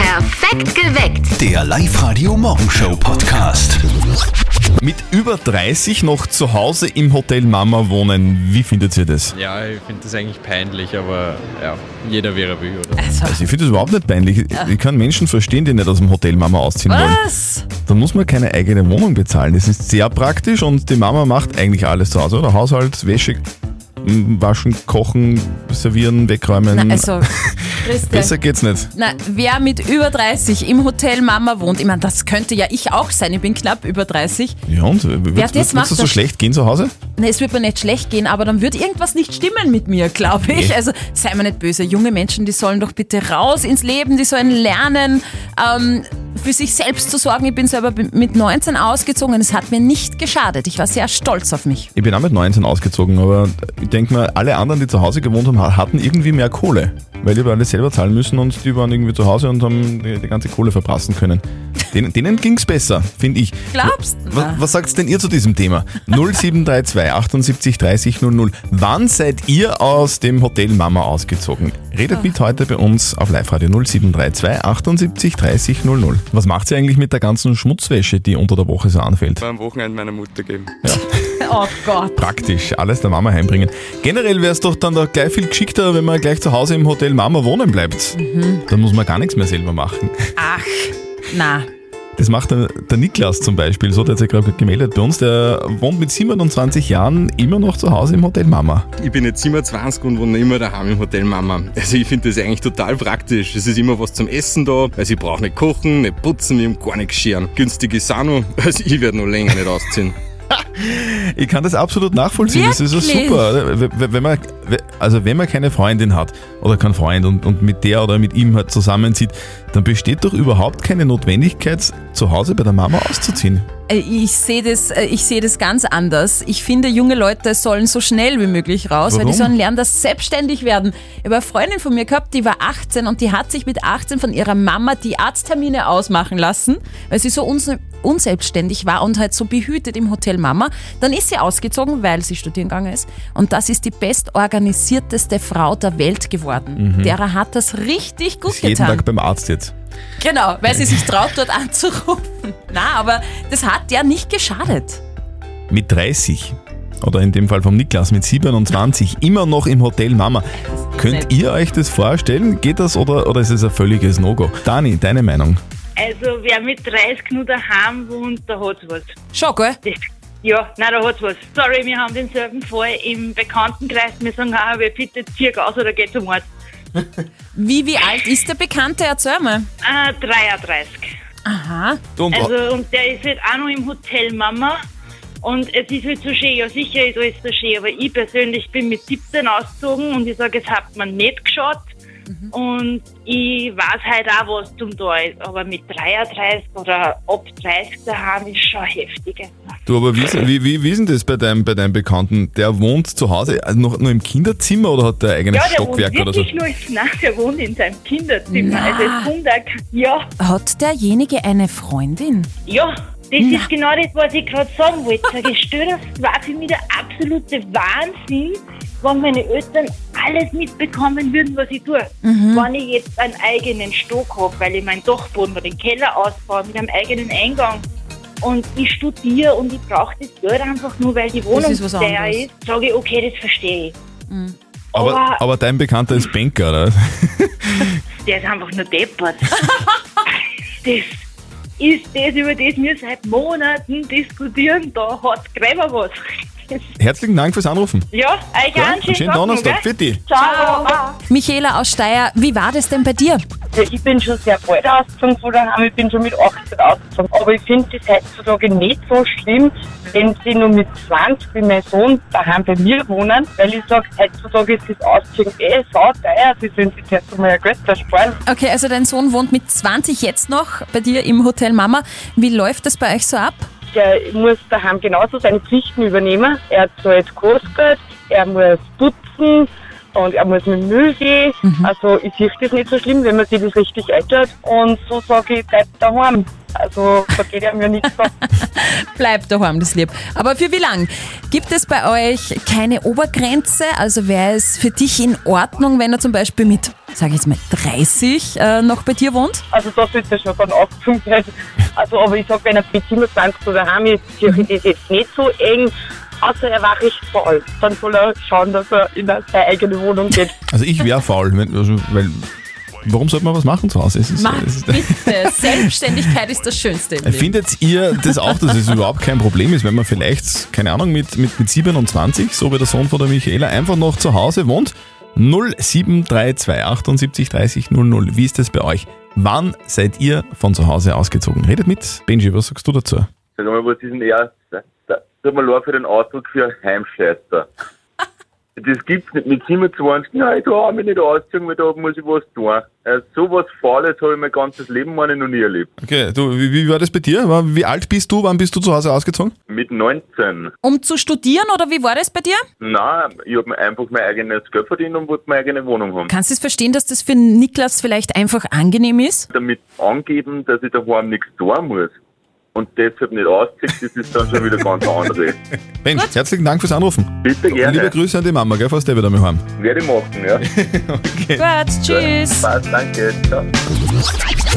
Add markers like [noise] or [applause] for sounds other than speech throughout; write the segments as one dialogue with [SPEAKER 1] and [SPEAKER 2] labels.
[SPEAKER 1] Perfekt geweckt.
[SPEAKER 2] Der Live-Radio Morgenshow Podcast.
[SPEAKER 3] Mit über 30 noch zu Hause im Hotel Mama wohnen. Wie findet ihr das?
[SPEAKER 4] Ja, ich finde das eigentlich peinlich, aber ja, jeder wäre wie, oder?
[SPEAKER 3] Also ich finde das überhaupt nicht peinlich. Ich kann Menschen verstehen, die nicht aus dem Hotel Mama ausziehen wollen.
[SPEAKER 5] Was?
[SPEAKER 3] Dann muss man keine eigene Wohnung bezahlen. Das ist sehr praktisch und die Mama macht eigentlich alles zu Hause, oder? Haushalt, Wäsche, m, waschen, kochen, servieren, wegräumen.
[SPEAKER 5] Na, also,
[SPEAKER 3] Besser
[SPEAKER 5] [laughs] Christian.
[SPEAKER 3] geht's nicht.
[SPEAKER 5] Na, wer mit über 30 im Hotel Mama wohnt, ich meine, das könnte ja ich auch sein, ich bin knapp über 30.
[SPEAKER 3] Ja und? Wird
[SPEAKER 5] das
[SPEAKER 3] es
[SPEAKER 5] macht
[SPEAKER 3] so
[SPEAKER 5] das-
[SPEAKER 3] schlecht gehen zu Hause?
[SPEAKER 5] Na, es wird mir nicht schlecht gehen, aber dann wird irgendwas nicht stimmen mit mir, glaube ich. Also sei mir nicht böse. Junge Menschen, die sollen doch bitte raus ins Leben, die sollen lernen, ähm, für sich selbst zu sorgen. Ich bin selber b- mit 19 ausgezogen, es hat mir nicht geschadet. Ich war sehr stolz auf mich.
[SPEAKER 3] Ich bin auch mit 19 ausgezogen, aber ich denke mal, alle anderen, die zu Hause gewohnt haben, ha- hatten irgendwie mehr Kohle. Weil die haben alles selber zahlen müssen und die waren irgendwie zu Hause und haben die die ganze Kohle verprassen können. Den, denen ging's besser, finde ich.
[SPEAKER 5] Glaubst du?
[SPEAKER 3] Was, was sagt denn ihr zu diesem Thema? 0732 78 30 00. Wann seid ihr aus dem Hotel Mama ausgezogen? Redet mit heute bei uns auf Live-Radio 0732 78 30 00. Was macht ihr eigentlich mit der ganzen Schmutzwäsche, die unter der Woche so anfällt?
[SPEAKER 4] Am Wochenende meiner Mutter geben.
[SPEAKER 5] Oh Gott.
[SPEAKER 3] praktisch, alles der Mama heimbringen. Generell wäre es doch dann doch gleich viel geschickter, wenn man gleich zu Hause im Hotel Mama wohnen bleibt. Dann muss man gar nichts mehr selber machen.
[SPEAKER 5] Ach, na.
[SPEAKER 3] Das macht der, der Niklas zum Beispiel, so der hat sich gerade gemeldet bei uns, der wohnt mit 27 Jahren immer noch zu Hause im Hotel Mama.
[SPEAKER 6] Ich bin jetzt 27 und wohne immer daheim im Hotel Mama. Also ich finde das eigentlich total praktisch. Es ist immer was zum Essen da. Also ich brauche nicht kochen, nicht putzen, ich hab gar nicht scheren. Günstig ist auch noch. [laughs] Also ich werde noch länger nicht ausziehen.
[SPEAKER 3] Ich kann das absolut nachvollziehen, das ist ja
[SPEAKER 5] Wirklich?
[SPEAKER 3] super. oder? W- w- Wenn man, w- also wenn man keine Freundin hat oder keinen Freund und, und mit der oder mit ihm halt zusammenzieht, dann besteht doch überhaupt keine Notwendigkeit, zu Hause bei der Mama auszuziehen.
[SPEAKER 5] Äh, Ich sehe das, äh, ich sehe das ganz anders. Ich finde, junge Leute sollen so schnell wie möglich raus, weil
[SPEAKER 3] Warum?
[SPEAKER 5] die sollen lernen, dass sie selbstständig werden. Ich habe eine Freundin von mir gehabt, die war 18 und die hat sich mit 18 von ihrer Mama die Arzttermine ausmachen lassen, weil sie so unse- unselbstständig war und halt so behütet im Hotel Mama. Dann ist sie ausgezogen, weil sie studieren gegangen ist. Und das ist die bestorganisierteste Frau der Welt geworden. Derer hat das richtig
[SPEAKER 3] Mhm.
[SPEAKER 5] gut
[SPEAKER 3] Ist jeden
[SPEAKER 5] getan.
[SPEAKER 3] Tag beim Arzt jetzt.
[SPEAKER 5] Genau, weil sie sich traut, dort anzurufen. Na, aber das hat ja nicht geschadet.
[SPEAKER 3] mit 30 oder in dem Fall vom Niklas mit 27 immer noch im Hotel Mama. Könnt ihr euch das vorstellen? Geht das oder, oder ist es ein völliges No-Go? Dani, deine Meinung?
[SPEAKER 7] Also wer mit 30 nur daheim wohnt, da hat's was.
[SPEAKER 5] Schon, gell?
[SPEAKER 7] Das, ja, nein, da hat's was. Sorry, wir haben denselben Fall im Bekanntenkreis. Wir sagen, ah, wer bitte zirk aus oder geht zum Arzt.
[SPEAKER 5] Wie, wie alt ist der Bekannte? Erzähl mal.
[SPEAKER 7] Ah, 33.
[SPEAKER 5] Aha.
[SPEAKER 3] Und,
[SPEAKER 7] Also und der ist halt auch noch im Hotel Mama. Und es ist halt so schön, ja sicher ist alles so schön, aber ich persönlich bin mit 17 ausgezogen und ich sage, es hat man nicht geschaut. Und ich weiß halt auch, was zum da ist. Aber mit 33 oder ab 30 daheim ist schon heftig. Also.
[SPEAKER 3] du, aber wie, ist- wie, wie, wie ist denn das bei deinem, bei deinem Bekannten? Der wohnt zu Hause, also noch, nur im Kinderzimmer oder hat der ein eigenes
[SPEAKER 7] Ja, der
[SPEAKER 3] Stockwerk
[SPEAKER 7] wohnt
[SPEAKER 3] oder so?
[SPEAKER 7] wirklich nur [laughs] ins Nacht, der wohnt in seinem Kinderzimmer.
[SPEAKER 5] Na.
[SPEAKER 7] Also es kommt auch, kein- ja,
[SPEAKER 5] Hat derjenige eine Freundin?
[SPEAKER 7] ja, das ist genau das, was ich gerade sagen wollte. Sag ich, stell dir das war für mich der absolute Wahnsinn, wenn meine Eltern alles mitbekommen würden, was ich tue. Wenn ich jetzt einen eigenen Stock habe, weil ich meinen Dachboden oder den Keller ausbaue mit einem eigenen Eingang. Und ich studiere und ich brauche das Geld einfach nur, weil die Wohnung
[SPEAKER 5] ist was
[SPEAKER 7] teuer
[SPEAKER 5] anderes.
[SPEAKER 7] ist. Sage ich, okay, das verstehe ich.
[SPEAKER 3] Aber,
[SPEAKER 7] aber-
[SPEAKER 3] aber dein Bekannter ist Banker, oder? [laughs]
[SPEAKER 7] Der ist einfach nur deppert. das ist das, über das wir seit Monaten diskutieren. Da hat Gräber
[SPEAKER 8] [laughs]
[SPEAKER 7] was.
[SPEAKER 3] Herzlichen Dank fürs Anrufen.
[SPEAKER 7] Ja, euch auch einen schönen,
[SPEAKER 3] schönen
[SPEAKER 7] Tag noch,
[SPEAKER 3] Donnerstag,
[SPEAKER 7] gell?
[SPEAKER 3] bitte.
[SPEAKER 7] Ciao.
[SPEAKER 5] Michaela aus Steyr, wie war das denn bei dir?
[SPEAKER 8] Also ich bin schon sehr bald ausgezogen von daheim, ich bin schon mit 18 ausgezogen. Aber ich finde das heutzutage nicht so schlimm, wenn sie nur mit 20 wie mein Sohn daheim bei mir wohnen, weil ich sage, heutzutage ist das Ausziehen eh sauteuer, sie sollen sich jetzt einmal ein Geld ersparen.
[SPEAKER 5] Okay, also dein Sohn wohnt mit 20 jetzt noch bei dir im Hotel Mama. Wie läuft das bei euch so ab?
[SPEAKER 8] Der muss daheim genauso seine Pflichten übernehmen. Er zahlt Kostgeld, er muss putzen,
[SPEAKER 9] und er muss mit Müll gehen. Also ich sehe das nicht so schlimm, wenn man sich das richtig ändert. Und so sage ich, bleib daheim. Also da geht er mir nichts ab.
[SPEAKER 5] Bleibt daheim, das lieb. Aber für wie lang? Gibt es bei euch keine Obergrenze? Also wäre es für dich in Ordnung, wenn er zum Beispiel mit, sage ich jetzt mal, 30 äh, noch bei dir wohnt?
[SPEAKER 9] Also da sollte er schon dann aufgezogen werden. Also aber ich sag, wenn er bis 27 oder daheim ist, sehe ich das jetzt nicht so eng. Außer er war richtig voll. Dann soll er schauen, dass er in eine- seine eigene Wohnung geht.
[SPEAKER 3] Also ich wäre faul, wenn, also, weil warum sollte man was machen zu Hause? Es ist,
[SPEAKER 5] Mach
[SPEAKER 3] es ist,
[SPEAKER 5] bitte. Selbstständigkeit ist das Schönste im Leben.
[SPEAKER 3] Äh, Findet ihr das auch, dass es überhaupt kein Problem ist, wenn man vielleicht, keine Ahnung, mit, mit, mit 27, so wie der Sohn von der Michaela, einfach noch zu Hause wohnt? 0732 78 30 00. Wie ist das bei euch? Wann seid ihr von zu Hause ausgezogen? Redet mit. Benji, was sagst du dazu?
[SPEAKER 10] Sag mal, was ist denn er? Da, tut mir leid für den Ausdruck für
[SPEAKER 4] [laughs]
[SPEAKER 10] Heimscheißer. Das gibt's nicht. Mit 27, nein, da habe ich nicht ausgezogen, weil da muss ich was tun. Also, so was Faules habe ich mein ganzes Leben meine noch nie erlebt.
[SPEAKER 3] Okay, du, wie, wie war das bei dir? War- Wie alt bist du? Wann bist du zu Hause ausgezogen?
[SPEAKER 10] Mit 19.
[SPEAKER 5] Um zu studieren oder wie war das bei dir?
[SPEAKER 10] Nein, ich habe mir einfach mein eigenes Geld verdient und wollte meine eigene Wohnung haben.
[SPEAKER 5] Kannst du es verstehen, dass das für Niklas vielleicht einfach angenehm ist?
[SPEAKER 10] Damit angeben, dass ich daheim nichts tun muss. Und deshalb nicht ausziehe, das ist dann schon wieder ganz andere.
[SPEAKER 3] Mensch, herzlichen Dank fürs Anrufen.
[SPEAKER 10] Bitte
[SPEAKER 3] Und liebe
[SPEAKER 10] gerne.
[SPEAKER 3] Grüße an die Mama, gell, falls der wieder mal heim.
[SPEAKER 10] Werde ich machen, ja.
[SPEAKER 5] Gut, tschüss.
[SPEAKER 10] Passt, danke. Ciao.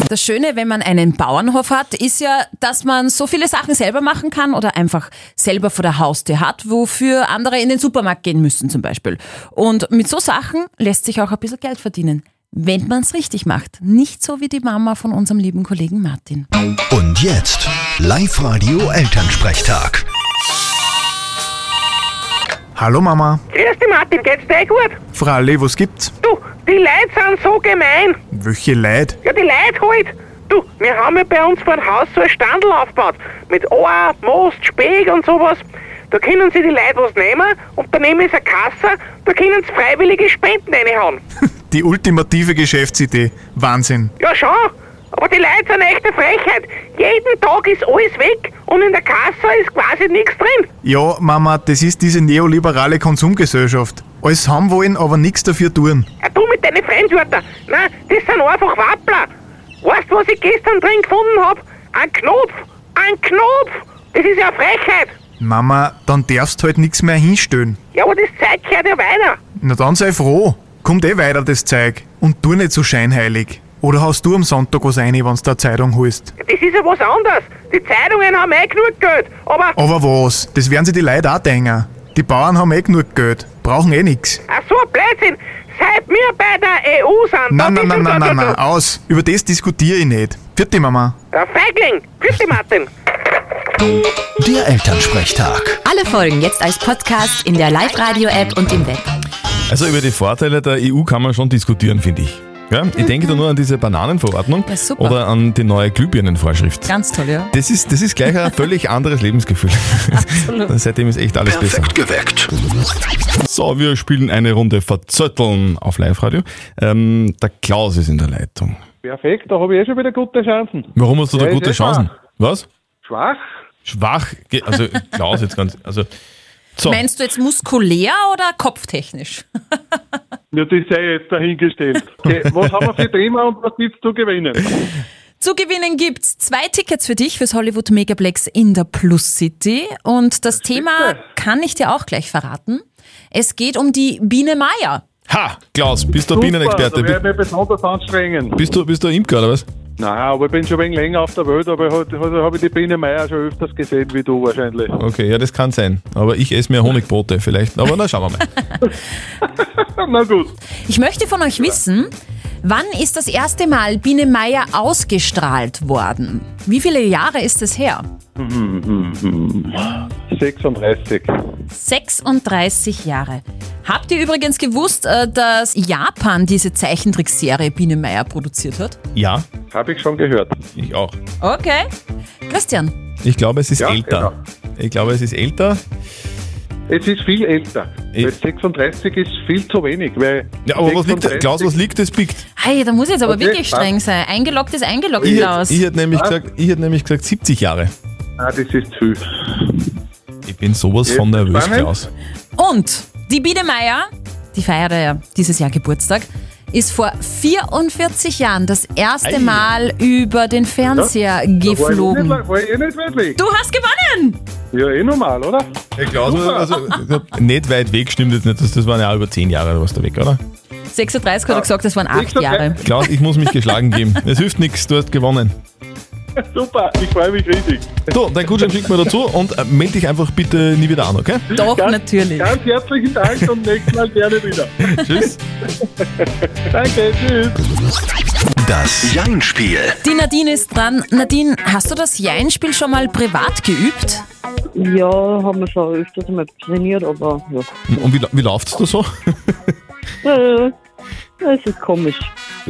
[SPEAKER 5] Das Schöne, wenn man einen Bauernhof hat, ist ja, dass man so viele Sachen selber machen kann oder einfach selber vor der Haustür hat, wofür andere in den Supermarkt gehen müssen zum Beispiel. Und mit so Sachen lässt sich auch ein bisschen Geld verdienen, wenn man es richtig macht. Nicht so wie die Mama von unserem lieben Kollegen Martin.
[SPEAKER 2] Und jetzt Live-Radio Elternsprechtag.
[SPEAKER 6] Hallo Mama.
[SPEAKER 7] Grüß dich, Martin, geht's dir eh gut?
[SPEAKER 6] Fralli, was gibt's?
[SPEAKER 7] Du, die Leute sind so gemein.
[SPEAKER 6] Welche Leid?
[SPEAKER 7] Ja, die Leute halt. Du, wir haben ja bei uns vor dem Haus so ein Standel aufgebaut. Mit Ohr, Most, Speck und sowas. Da können sie die Leute was nehmen und daneben ist eine Kasse, da können sie freiwillige Spenden reinhauen.
[SPEAKER 6] Die ultimative Geschäftsidee. Wahnsinn.
[SPEAKER 7] Ja, schon. Aber die Leute sind echt eine Frechheit. Jeden Tag ist alles weg und in der Kasse ist quasi nichts drin.
[SPEAKER 6] Ja, Mama, das ist diese neoliberale Konsumgesellschaft. Alles haben wollen, aber nichts dafür tun.
[SPEAKER 7] Ja, du mit deinen Fremdwörtern. Nein, das sind einfach Wappler. Weißt du, was ich gestern drin gefunden hab? Ein Knopf. Ein Knopf. Das ist ja eine Frechheit.
[SPEAKER 6] Mama, dann darfst halt nichts mehr hinstellen.
[SPEAKER 7] Ja, aber das Zeug gehört ja weiter.
[SPEAKER 6] Na dann sei froh. Kommt eh weiter das Zeug. Und tu nicht so scheinheilig. Oder hast du am Sonntag was rein, wenn's da Zeitung holst?
[SPEAKER 7] Das ist ja was anderes. Die Zeitungen haben eh genug Geld. Aber,
[SPEAKER 6] Aber was? Das werden sie die Leute auch denken. Die Bauern haben eh genug Geld. Brauchen eh nix.
[SPEAKER 7] ach so, ein Blödsinn. Seit wir bei der EU sind,
[SPEAKER 6] Nein,
[SPEAKER 7] da
[SPEAKER 6] nein, nein,
[SPEAKER 7] bist
[SPEAKER 6] nein,
[SPEAKER 7] du-
[SPEAKER 6] nein,
[SPEAKER 7] du-
[SPEAKER 6] nein,
[SPEAKER 7] du-
[SPEAKER 6] aus. Über das diskutiere ich nicht. Vierte Mama.
[SPEAKER 7] Der Feigling. Grüß dich, Martin.
[SPEAKER 2] Der Elternsprechtag.
[SPEAKER 11] Alle Folgen jetzt als Podcast in der Live-Radio-App und im Web.
[SPEAKER 3] Also über die Vorteile der EU kann man schon diskutieren, finde ich. Ja, ich denke da nur an diese Bananenverordnung
[SPEAKER 5] Ja, super.
[SPEAKER 3] oder an die neue Glühbirnenvorschrift.
[SPEAKER 5] Ganz toll, ja.
[SPEAKER 3] Das ist, das ist gleich ein völlig anderes
[SPEAKER 5] [laughs]
[SPEAKER 3] Lebensgefühl. Seitdem ist echt alles
[SPEAKER 2] Perfekt geweckt.
[SPEAKER 3] besser. So, wir spielen eine Runde Verzötteln auf Live-Radio. Ähm, der Klaus ist in der Leitung.
[SPEAKER 7] Perfekt, da habe ich eh schon wieder gute Chancen.
[SPEAKER 3] Warum hast du da
[SPEAKER 7] Ja, ist
[SPEAKER 3] gute
[SPEAKER 7] eh schwach.
[SPEAKER 3] Chancen? Was?
[SPEAKER 7] Schwach?
[SPEAKER 3] Schwach? Ge- Also Klaus jetzt ganz... Also, so.
[SPEAKER 5] Meinst du jetzt muskulär oder kopftechnisch?
[SPEAKER 7] Ja, das sei jetzt dahingestellt. Okay, was haben wir für Thema und was gibt's zu gewinnen?
[SPEAKER 5] [laughs] Zu gewinnen gibt's zwei Tickets für dich fürs Hollywood Megaplex in der Plus City. Und das Thema kann ich dir auch gleich verraten. Es geht um die Biene Meier.
[SPEAKER 3] Ha! Klaus, bist du ein Bienenexperte?
[SPEAKER 7] da werde ich
[SPEAKER 3] Bi-
[SPEAKER 7] mich besonders anstrengen.
[SPEAKER 3] Bist du, bist du ein Imker oder was?
[SPEAKER 7] Nein, aber ich bin schon ein wenig länger auf der Welt, aber heute heute habe ich die Biene Meier schon öfters gesehen wie du wahrscheinlich.
[SPEAKER 3] Okay, ja, das kann sein. Aber ich esse mehr Honigbrote vielleicht. Aber na, schauen wir mal.
[SPEAKER 7] Na gut.
[SPEAKER 5] Ich möchte von euch wissen, wann ist das erste Mal Biene Meier ausgestrahlt worden? Wie viele Jahre ist es her?
[SPEAKER 7] 36.
[SPEAKER 5] 36 Jahre. Habt ihr übrigens gewusst, äh, dass Japan diese Zeichentrickserie Biene Meier produziert hat?
[SPEAKER 3] [laughs] Ja,
[SPEAKER 7] Habe ich schon gehört.
[SPEAKER 3] ich auch.
[SPEAKER 5] Okay. Christian,
[SPEAKER 3] Ich glaube, es ist
[SPEAKER 7] Ja,
[SPEAKER 3] älter. Ich glaube, es ist älter.
[SPEAKER 7] Es ist viel älter.
[SPEAKER 3] Ich-
[SPEAKER 7] Weil 36 ist viel zu wenig, weil
[SPEAKER 3] Ja, aber was liegt,
[SPEAKER 7] 36
[SPEAKER 3] Klaus, was liegt, das biegt.
[SPEAKER 5] hey, da muss jetzt aber
[SPEAKER 7] Okay,
[SPEAKER 5] wirklich
[SPEAKER 7] passt.
[SPEAKER 5] streng sein. Eingeloggt ist eingeloggt,
[SPEAKER 3] Ich
[SPEAKER 5] Klaus.
[SPEAKER 3] hätte, ich hätte nämlich, gesagt- ich hätte nämlich gesagt 70 Jahre.
[SPEAKER 7] Ah, das ist zu viel.
[SPEAKER 3] Ich bin sowas von nervös,
[SPEAKER 7] spannend.
[SPEAKER 3] Klaus.
[SPEAKER 5] Und die Biene Meier, die feiert ja dieses Jahr Geburtstag, ist vor 44 Jahren das erste
[SPEAKER 12] Ei.
[SPEAKER 5] Mal über den Fernseher geflogen.
[SPEAKER 12] War ich eh nicht wirklich.
[SPEAKER 5] Du hast gewonnen!
[SPEAKER 12] Ja, eh normal,
[SPEAKER 7] [laughs]
[SPEAKER 12] oder?
[SPEAKER 3] Ich glaube, also, [laughs] nicht weit weg stimmt jetzt nicht. Das, das waren ja auch über 10 Jahre oder was da weg, oder?
[SPEAKER 5] 36 hat er gesagt, das waren acht Jahre.
[SPEAKER 3] Klaus, ich muss mich geschlagen [laughs] geben. Es hilft nichts, du hast gewonnen.
[SPEAKER 12] Super, ich freue mich riesig.
[SPEAKER 3] So, dein Gutschein schick mir dazu und äh, melde dich einfach bitte nie wieder an, okay?
[SPEAKER 5] Doch, natürlich.
[SPEAKER 12] Ganz herzlichen Dank und nächstes Mal gerne wieder.
[SPEAKER 3] Tschüss.
[SPEAKER 12] Danke, tschüss.
[SPEAKER 2] Das Jein-Spiel.
[SPEAKER 5] Die Nadine ist dran. Nadine, hast du das Jein-Spiel schon mal privat geübt?
[SPEAKER 13] Ja, haben wir schon öfters mal trainiert, aber ja.
[SPEAKER 3] Und wie, la- wie läuft's da so?
[SPEAKER 13] Äh, Es ist komisch.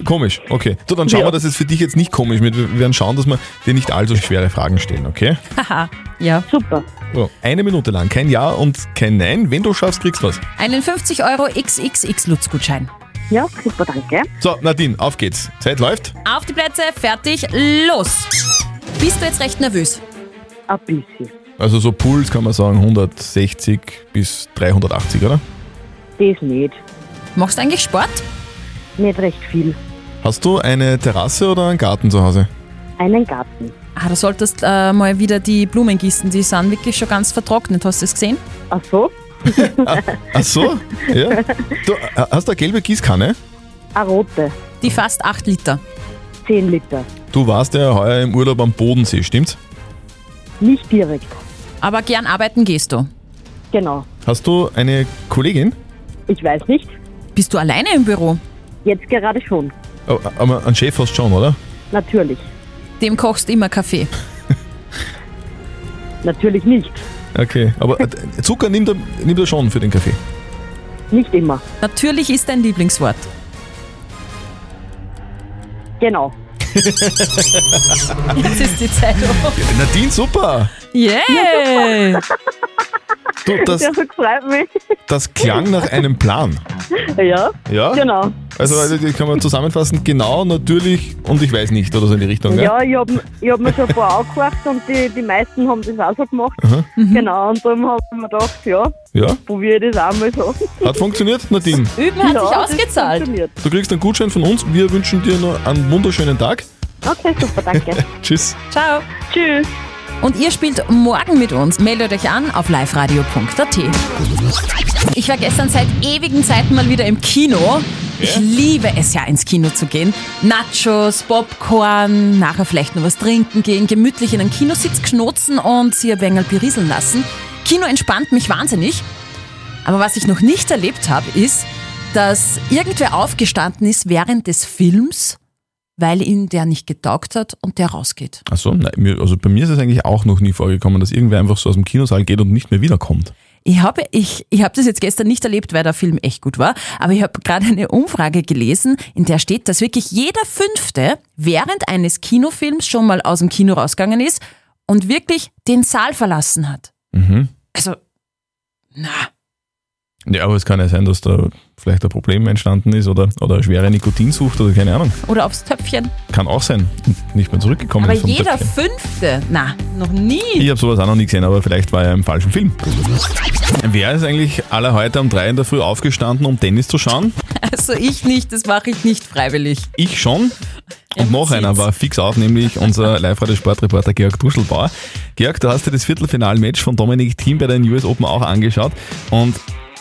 [SPEAKER 3] Komisch, okay. So, dann schauen
[SPEAKER 13] Ja.
[SPEAKER 3] wir, dass es für dich jetzt nicht komisch wird. Wir werden schauen, dass wir dir nicht allzu schwere Fragen stellen, okay?
[SPEAKER 5] [laughs] Haha, ja.
[SPEAKER 13] Super.
[SPEAKER 3] So, eine Minute lang, kein Ja und kein Nein. Wenn du schaffst, kriegst du was.
[SPEAKER 5] Einen 50 Euro XXX Lutz-Gutschein.
[SPEAKER 13] Ja, super, danke.
[SPEAKER 3] So, Nadine, auf geht's. Zeit läuft.
[SPEAKER 5] Auf die Plätze, fertig, los! Bist du jetzt recht nervös?
[SPEAKER 13] Ein bisschen.
[SPEAKER 3] Also so Puls kann man sagen 160 bis 380, oder?
[SPEAKER 13] Das nicht.
[SPEAKER 5] Machst du eigentlich Sport?
[SPEAKER 13] Nicht recht viel.
[SPEAKER 3] Hast du eine Terrasse oder einen Garten zu Hause?
[SPEAKER 13] Einen Garten.
[SPEAKER 5] Ah, du solltest äh, mal wieder die Blumen gießen, die sind wirklich schon ganz vertrocknet. Hast du das gesehen?
[SPEAKER 13] Ach so?
[SPEAKER 3] Ach so, ja. Du äh, hast du eine gelbe Gießkanne?
[SPEAKER 13] Eine rote.
[SPEAKER 5] Die fast 8 Liter.
[SPEAKER 13] 10 Liter.
[SPEAKER 3] Du warst ja heuer im Urlaub am Bodensee, stimmt's?
[SPEAKER 13] Nicht direkt.
[SPEAKER 5] Aber gern arbeiten gehst du.
[SPEAKER 13] Genau.
[SPEAKER 3] Hast du eine Kollegin?
[SPEAKER 13] Ich weiß nicht.
[SPEAKER 5] Bist du alleine im Büro?
[SPEAKER 13] Jetzt gerade schon.
[SPEAKER 3] Oh, Aber einen Chef hast du schon, oder?
[SPEAKER 13] Natürlich.
[SPEAKER 5] Dem kochst immer Kaffee.
[SPEAKER 13] Natürlich nicht.
[SPEAKER 3] Okay, aber äh, Zucker nimmt er, nimmt er schon für den Kaffee.
[SPEAKER 13] Nicht immer.
[SPEAKER 5] Natürlich ist dein Lieblingswort.
[SPEAKER 13] Genau.
[SPEAKER 5] Jetzt ist die [laughs] Zeit um.
[SPEAKER 3] Nadine, super!
[SPEAKER 5] Yay!
[SPEAKER 13] [laughs]
[SPEAKER 3] Du, das,
[SPEAKER 13] Ja, freut mich.
[SPEAKER 3] das klang nach einem Plan.
[SPEAKER 13] Ja?
[SPEAKER 3] Ja?
[SPEAKER 13] Genau.
[SPEAKER 3] Also, also die kann man zusammenfassen, genau, natürlich und ich weiß nicht oder so in die Richtung, gell?
[SPEAKER 13] Ja, ich hab ich hab mir schon ein paar angehört und die, die meisten haben das auch so gemacht.
[SPEAKER 3] Aha.
[SPEAKER 5] Mhm.
[SPEAKER 13] Genau, und darum hab ich mir gedacht, ja,
[SPEAKER 3] Ja.
[SPEAKER 13] probiere ich das auch mal so.
[SPEAKER 3] Hat funktioniert, Nadine.
[SPEAKER 5] Üben
[SPEAKER 13] Ja,
[SPEAKER 5] hat
[SPEAKER 13] das
[SPEAKER 5] sich ausgezahlt.
[SPEAKER 3] Du kriegst einen Gutschein von uns. Wir wünschen dir noch einen wunderschönen Tag.
[SPEAKER 13] Okay, super, danke.
[SPEAKER 3] [laughs] Tschüss.
[SPEAKER 5] Ciao. Tschüss. Und ihr spielt morgen mit uns. Meldet euch an auf liveradio.at. Ich war gestern seit ewigen Zeiten mal wieder im Kino. Ich liebe es ja, ins Kino zu gehen. Nachos, Popcorn, nachher vielleicht noch was trinken gehen, gemütlich in einen Kinositz knotzen und sie ein wenig berieseln lassen. Kino entspannt mich wahnsinnig. Aber was ich noch nicht erlebt habe, ist, dass irgendwer aufgestanden ist während des Films, weil ihm der nicht getaugt hat und der rausgeht.
[SPEAKER 3] Achso, also bei mir ist es eigentlich auch noch nie vorgekommen, dass irgendwer einfach so aus dem Kinosaal geht und nicht mehr wiederkommt.
[SPEAKER 5] Ich habe ich, ich hab das jetzt gestern nicht erlebt, weil der Film echt gut war, aber ich habe gerade eine Umfrage gelesen, in der steht, dass wirklich jeder Fünfte während eines Kinofilms schon mal aus dem Kino rausgegangen ist und wirklich den Saal verlassen hat.
[SPEAKER 3] Mhm.
[SPEAKER 5] Also, na,
[SPEAKER 3] Ja, aber es kann ja sein, dass da vielleicht ein Problem entstanden ist oder, oder eine schwere Nikotinsucht oder keine Ahnung.
[SPEAKER 5] oder aufs Töpfchen.
[SPEAKER 3] Kann auch sein. Und Nicht mehr zurückgekommen
[SPEAKER 5] aber
[SPEAKER 3] ist vom
[SPEAKER 5] jeder
[SPEAKER 3] Töpfchen.
[SPEAKER 5] Fünfte, na, noch nie.
[SPEAKER 3] Ich habe sowas auch noch nie gesehen, aber vielleicht war er im falschen Film. Wer ist eigentlich alle heute um drei in der Früh aufgestanden, um Tennis zu schauen?
[SPEAKER 5] Also ich nicht, das mache ich nicht freiwillig.
[SPEAKER 3] Ich schon. Und noch einer war fix auf, nämlich unser Live-Radio-Sportreporter Georg Duschelbauer. Georg, du hast dir das Viertelfinalmatch von Dominik Thiem bei den US Open auch angeschaut und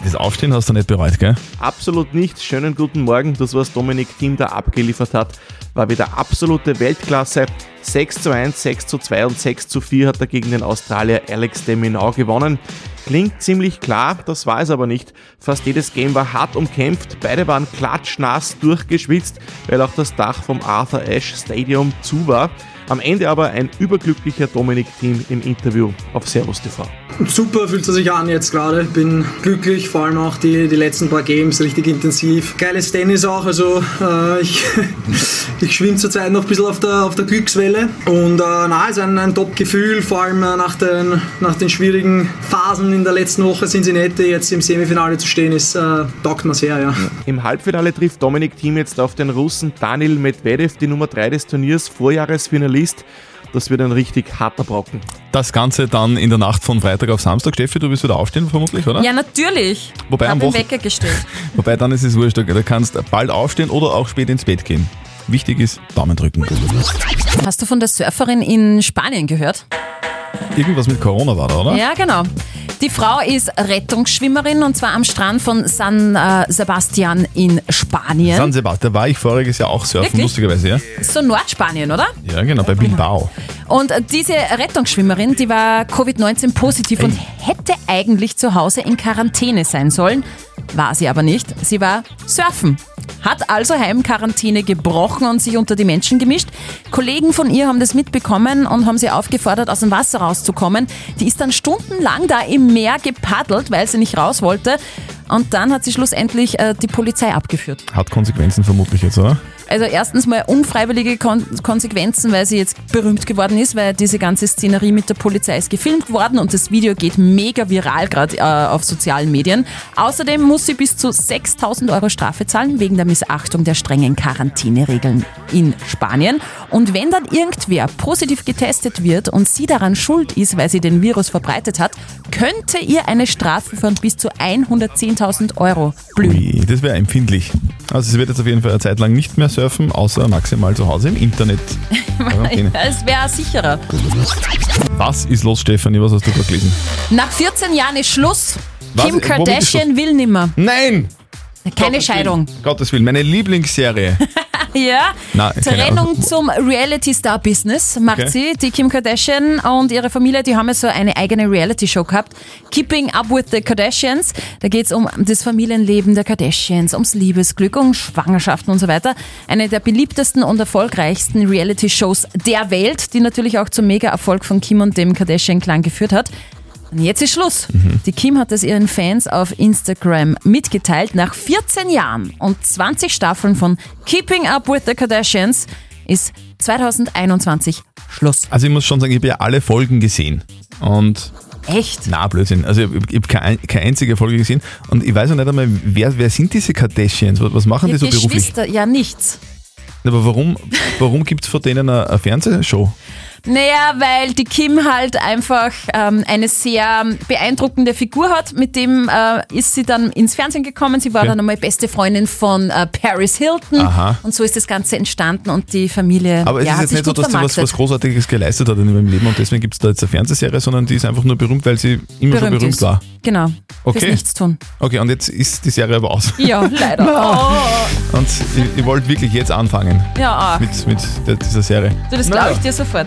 [SPEAKER 3] das Aufstehen hast du nicht bereut, gell?
[SPEAKER 10] Absolut nicht. Schönen guten Morgen. Das, was Dominik Thiem da abgeliefert hat, war wieder absolute Weltklasse. 6 zu 1, 6 zu 2 und 6 zu 4 hat er gegen den Australier Alex de Minaur gewonnen. Klingt ziemlich klar, das war es aber nicht. Fast jedes Game war hart umkämpft, beide waren klatschnass durchgeschwitzt, weil auch das Dach vom Arthur Ashe Stadium zu war. Am Ende aber ein überglücklicher Dominik Thiem im Interview auf Servus TV.
[SPEAKER 14] Super fühlt es sich an jetzt gerade. Bin glücklich, vor allem auch die, die letzten paar Games richtig intensiv. Geiles Tennis auch, also äh, ich, [laughs] ich schwimme zurzeit noch ein bisschen auf der, auf der Glückswelle. Und äh, na, ist ein, ein Top-Gefühl, vor allem äh, nach, den, nach den schwierigen Phasen in der letzten Woche Cincinnati, jetzt im Semifinale zu stehen, ist, äh, taugt mir sehr, ja.
[SPEAKER 10] Im Halbfinale trifft Dominik Thiem jetzt auf den Russen Daniel Medvedev, die Nummer 3 des Turniers, Vorjahresfinalist. Das wird ein richtig harter Brocken.
[SPEAKER 3] Das Ganze dann in der Nacht von Freitag auf Samstag. Steffi, du wirst wieder aufstehen vermutlich, oder?
[SPEAKER 5] Ja, natürlich.
[SPEAKER 3] Wobei
[SPEAKER 5] ich
[SPEAKER 3] am
[SPEAKER 5] habe den
[SPEAKER 3] Wochen-
[SPEAKER 5] Wecker gestellt.
[SPEAKER 3] Wobei dann ist es wurscht, du kannst bald aufstehen oder auch spät ins Bett gehen. Wichtig ist, Daumen drücken.
[SPEAKER 5] Hast du von der Surferin in Spanien gehört?
[SPEAKER 3] Irgendwas mit Corona war da, oder?
[SPEAKER 5] Ja, genau. Die Frau ist Rettungsschwimmerin und zwar am Strand von San äh, Sebastian in Spanien.
[SPEAKER 3] San Sebastian, da war ich voriges Jahr auch surfen,
[SPEAKER 5] Wirklich?
[SPEAKER 3] lustigerweise, ja?
[SPEAKER 5] so Nordspanien, oder?
[SPEAKER 3] Ja, genau, bei Bilbao.
[SPEAKER 5] Und äh, diese Rettungsschwimmerin, die war Covid-19 positiv und hätte eigentlich zu Hause in Quarantäne sein sollen, war sie aber nicht. Sie war surfen. Hat also Heimquarantäne gebrochen und sich unter die Menschen gemischt. Kollegen von ihr haben das mitbekommen und haben sie aufgefordert, aus dem Wasser rauszukommen. Die ist dann stundenlang da im Meer gepaddelt, weil sie nicht raus wollte. Und dann hat sie schlussendlich äh, die Polizei abgeführt.
[SPEAKER 3] Hat Konsequenzen vermutlich jetzt, oder?
[SPEAKER 5] Also erstens mal unfreiwillige Kon Konsequenzen, weil sie jetzt berühmt geworden ist, weil diese ganze Szenerie mit der Polizei ist gefilmt worden und das Video geht mega viral gerade äh, auf sozialen Medien. Außerdem muss sie bis zu 6000 Euro Strafe zahlen wegen der Missachtung der strengen Quarantäneregeln in Spanien. Und wenn dann irgendwer positiv getestet wird und sie daran schuld ist, weil sie den Virus verbreitet hat, könnte ihr eine Strafe von bis zu 110.000 Euro
[SPEAKER 3] Ui, das wäre empfindlich. Also sie wird jetzt auf jeden Fall eine Zeit lang nicht mehr surfen, außer maximal zu Hause im
[SPEAKER 5] [laughs]
[SPEAKER 3] Internet. Quarantäne.
[SPEAKER 5] Es wäre sicherer.
[SPEAKER 3] Was ist los, Stefanie? Was hast du gerade gelesen?
[SPEAKER 5] Nach 14 Jahren ist Schluss.
[SPEAKER 3] Was?
[SPEAKER 5] Kim
[SPEAKER 3] Womit ist
[SPEAKER 5] Kardashian will nimmer.
[SPEAKER 3] Hm? Nein!
[SPEAKER 5] Keine Scheidung.
[SPEAKER 3] Gottes Willen, meine Lieblingsserie.
[SPEAKER 5] ja.
[SPEAKER 3] Nein, keine
[SPEAKER 5] Trennung
[SPEAKER 3] Ahnung.
[SPEAKER 5] zum Reality-Star-Business macht
[SPEAKER 3] Okay.
[SPEAKER 5] sie. Die Kim Kardashian und ihre Familie, die haben ja so eine eigene Reality-Show gehabt. Keeping Up with the Kardashians. Da geht's um das Familienleben der Kardashians, ums Liebesglück, um Schwangerschaften und so weiter. Eine der beliebtesten und erfolgreichsten Reality-Shows der Welt, die natürlich auch zum Mega-Erfolg von Kim und dem Kardashian-Clan geführt hat. Und jetzt ist Schluss. Die Kim hat es ihren Fans auf Instagram mitgeteilt. Nach 14 Jahren und 20 Staffeln von Keeping Up with the Kardashians ist 2021 Schluss.
[SPEAKER 3] Also ich muss schon sagen, ich habe ja alle Folgen gesehen. Und
[SPEAKER 5] Echt?
[SPEAKER 3] Na, Blödsinn. Also ich, ich habe keine, keine einzige Folge gesehen. Und ich weiß auch nicht einmal, wer, wer sind diese Kardashians? Was, was machen die so beruflich?
[SPEAKER 5] Geschwister, ja nichts.
[SPEAKER 3] Aber warum, warum gibt es vor denen eine, eine Fernsehshow?
[SPEAKER 5] Naja, weil die Kim halt einfach ähm, eine sehr beeindruckende Figur hat. Mit dem äh, ist sie dann ins Fernsehen gekommen. Sie war
[SPEAKER 3] Okay.
[SPEAKER 5] dann einmal beste Freundin von äh, Paris Hilton.
[SPEAKER 3] Aha.
[SPEAKER 5] Und so ist das Ganze entstanden und die Familie
[SPEAKER 3] Aber es
[SPEAKER 5] ja,
[SPEAKER 3] ist
[SPEAKER 5] hat
[SPEAKER 3] jetzt
[SPEAKER 5] sich
[SPEAKER 3] nicht so,
[SPEAKER 5] gut
[SPEAKER 3] dass sie was,
[SPEAKER 5] vermarktet.
[SPEAKER 3] was Großartiges geleistet hat in ihrem Leben und deswegen gibt es da jetzt eine Fernsehserie, sondern die ist einfach nur berühmt, weil sie immer schon berühmt
[SPEAKER 5] ist.
[SPEAKER 3] war.
[SPEAKER 5] Genau. Fürs
[SPEAKER 3] Okay.
[SPEAKER 5] Nichtstun.
[SPEAKER 3] Okay, und jetzt ist die Serie aber aus. [laughs]
[SPEAKER 5] Ja, leider. Oh.
[SPEAKER 3] Und ihr, ihr wollt wirklich jetzt anfangen
[SPEAKER 5] Ja, ah.
[SPEAKER 3] mit, mit der, dieser Serie.
[SPEAKER 5] du, das glaube ich dir sofort.